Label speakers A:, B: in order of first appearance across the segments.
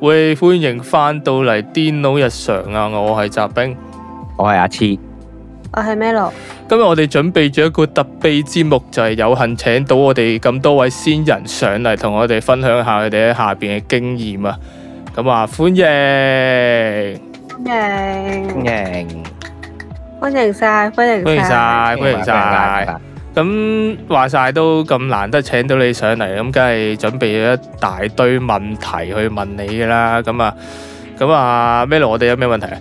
A: 喂，歡迎翻到嚟《電腦日常》啊！我係澤兵，
B: 我係阿黐，
C: 我係 Melo，
A: 今日我哋準備咗一個特備節目，就係、有幸請到我哋咁多位先人上嚟，同我哋分享下佢哋喺下邊嘅經驗啊！咁啊，歡迎，
C: 歡迎，
B: 歡迎，
C: 歡迎晒，歡迎
A: 歡迎
C: 晒，
A: 晒，歡迎晒。，咁話晒都咁難得請到你上嚟，咁梗係準備咗一大堆問題去問你噶啦。咁啊，咁啊，Melo，我哋有咩問題啊？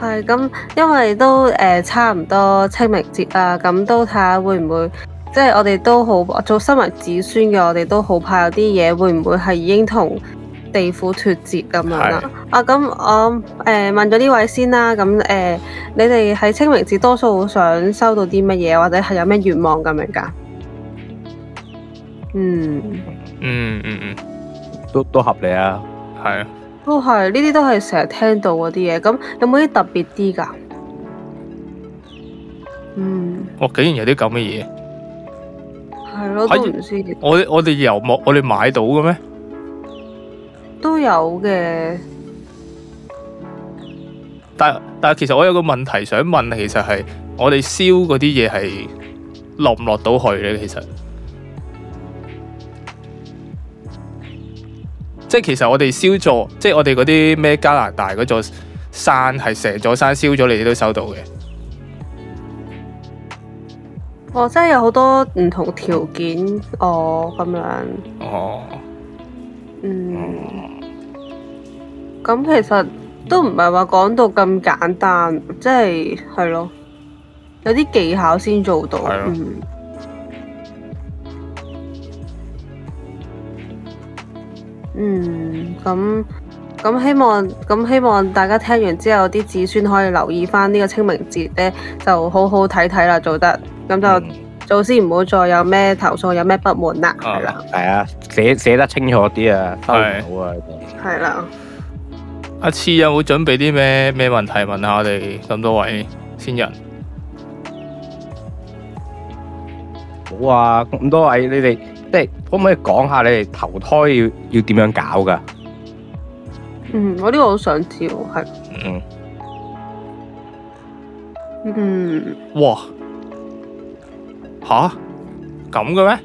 C: 係咁，因為都誒、呃差唔多清明節啦，咁都睇下會唔會，即係我哋都好做身為子孫嘅，我哋都好怕有啲嘢會唔會係已經同地府脱節咁樣啦
A: 係。
C: 啊，咁我誒、呃、問咗呢位先啦，咁誒、呃你哋喺清明節多數想收到啲乜嘢，或者係有咩願望咁樣㗎？嗯。
A: 嗯嗯嗯，
B: 都都合理啊。
A: 係啊。
C: 都哦係，呢啲都係成日聽到嗰啲嘢。咁有冇啲特別啲㗎？嗯，
A: 我竟然有啲咁嘅嘢，
C: 係咯，
A: 可以
C: 都唔知，
A: 我我哋油幕我哋買到嘅咩？
C: 都有嘅。
A: 但但其實我有個問題想問，其實係我哋燒嗰啲嘢係落唔落到去咧？其實即係其實我哋燒座，即係我哋嗰啲咩加拿大嗰座山係成座山燒咗，你哋都收到嘅。
C: 哦，真係有好多唔同條件哦，咁樣。
A: 哦，
C: 嗯，咁其實都唔係話講到咁簡單，即係係咯，有啲技巧先做到。
A: 係啊咯
C: 嗯，嗯，咁咁希望咁希望大家聽完之後，啲子孫可以留意翻呢個清明節咧，就好好睇睇啦，做得咁就
B: 嗯
C: 早先唔好再有咩投訴，有咩不滿啦，
A: 啊
C: 係啦，
B: 係啊，寫寫得清楚啲啊，收唔到啊。
C: 係啦。
A: 阿次有冇準備啲咩咩問題問下我哋咁多位先人？
B: 好啊，咁多位你哋，即係可唔可以講下你哋投胎要要點樣搞㗎？
C: 嗯，我呢個好想知喎，係。
B: 嗯。
C: 嗯，
A: 哇！吓咁嘅咩？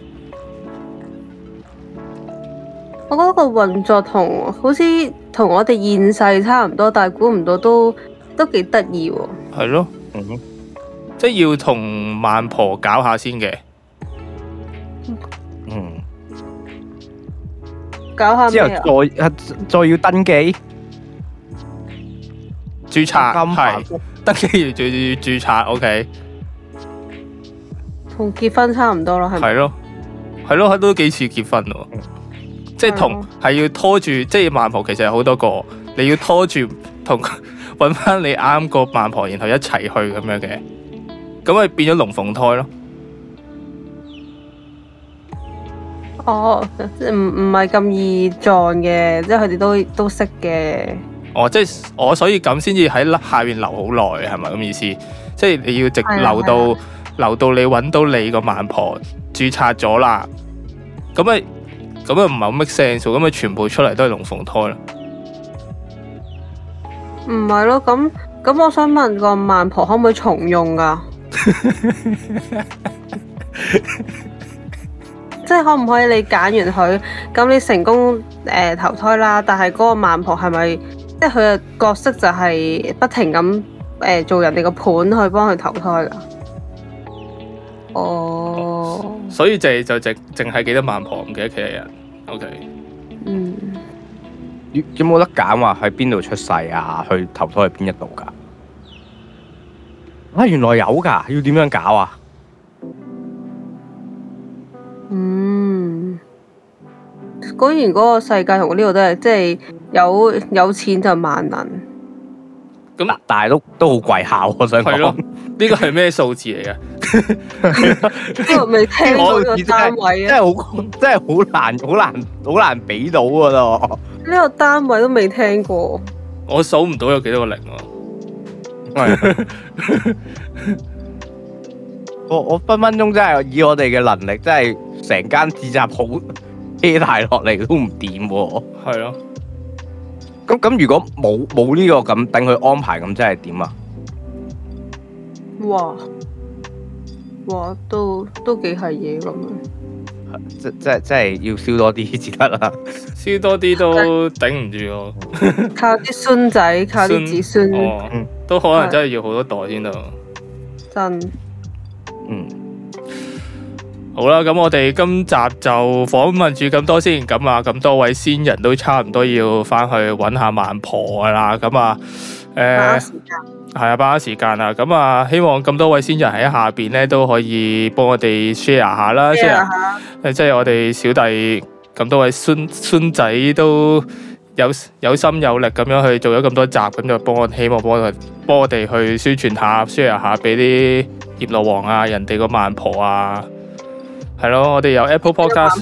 C: 我覺得個運作同好似同我哋現世差唔多，但係估唔到都都幾得意喎。
A: 係咯。
B: 嗯哼
A: 即係要同孟婆搞下先嘅，
B: 嗯，
C: 搞下
B: 之後
C: 咩啊？
B: 再啊再要登記，
A: 註冊
B: 咁麻
A: 係
B: 煩
A: 登記要註註冊，OK，
C: 同結婚差唔多咯，係咪？
A: 係咯，係咯，都幾似結婚喎
B: 嗯，
A: 即係
C: 係
A: 同
C: 咯
A: 係要拖住，即係孟婆其實有好多個，你要拖住同 揾翻你啱個孟婆，然後一齊去咁樣嘅，咁咪變咗龍鳳胎咯，
C: 哦，即係唔唔係咁易撞嘅，即係佢哋都都識嘅。
A: 哦，即係我所以咁先至喺下面留好耐，係咪咁意思？即係你要直
C: 係啊
A: 留
C: 係
A: 到留到你揾到你個孟婆註冊咗啦，咁咪咁咪唔係好 make sense 喎咁咪全部出嚟都係龍鳳胎啦。
C: 唔係咯，咁咁，我想問個孟婆可唔可以重用啊噶？即係可唔可以你揀完佢，咁你成功誒、呃投胎啦？但係嗰個孟婆係咪即係佢嘅角色就係不停咁誒、呃做人哋個盤去幫佢投胎噶？哦，
A: 所以就係就淨淨係記得孟婆唔記得其他人。O K，
C: 嗯，
B: 有有冇得揀話喺邊度出世啊？去投胎去邊一度㗎？啊，原來有㗎，要點樣搞啊？
C: 嗯，果然嗰個世界同呢度都係即係有有錢就萬能。
B: 嗱，但係都都好貴下，我想
A: 係
B: 講
A: 咯。，呢個係咩數字嚟嘅？
C: 呢個未聽過呢個單位
B: 真
C: 啊！
B: 係好，真係好難，好難，好難俾到噶咯。
C: 呢個單位都未聽過，
A: 我數唔到有幾多個零喎。
B: 我我分分鐘真係以我哋嘅能力，真係成間自習好 車大落嚟都唔掂喎。
A: 係咯。
B: 咁咁如果冇冇呢個咁等佢安排咁，真係點啊？
C: 哇哇，都都幾係嘢咁樣。
B: 即即即係要燒多啲至得啦。
A: 燒多啲都頂唔住喎。
C: 靠啲孫仔，靠啲子孫，
A: 哦
B: 嗯，
A: 都可能真係要好多代先得。
C: 真
B: 嗯，
A: 好啦，咁我哋今集就訪問住咁多先，咁啊咁多位先人都差唔多要翻去揾下孟婆噶啦，咁啊，誒、
C: 把握時間。
A: 係啊，把握時間啦。咁啊，希望咁多位先人喺下邊咧都可以幫我哋 share 下啦
C: 咩
A: ，share
C: 啊嚇
A: 誒即係我哋小弟咁多位孫孫仔都有有心有力咁樣去做咗咁多集，咁就幫我希望幫我幫我哋去宣傳下、share 下俾啲葉羅王啊、人哋個孟婆啊，係咯，我哋有 Apple Podcast，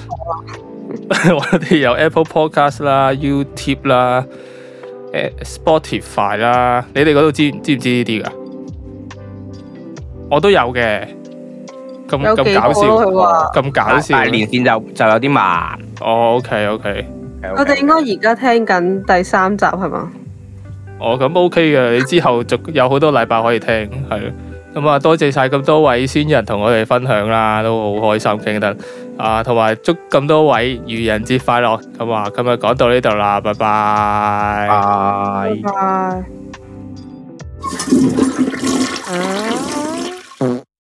A: 我 哋有 Apple Podcast 啦、YouTube 啦、誒 Spotify 啦，你哋嗰度知知唔知呢啲㗎？我都有嘅，咁
C: 有幾
A: 咁
C: 個
A: 搞笑，
C: 咯佢話
A: 咁搞
B: 但
A: 笑
B: 但係。連線就就有啲慢。
A: 哦，OK OK，
C: 我哋應該而家聽緊第三集係嘛？
A: 哦咁 OK 嘅，你之後續有好多禮拜可以聽，係咯。咁啊，多謝晒咁多位先人同我哋分享啦，都好開心傾得啊，同埋祝咁多位愚人節快樂。咁啊，今日講到呢度啦，拜拜。
B: 拜
C: 拜拜。啊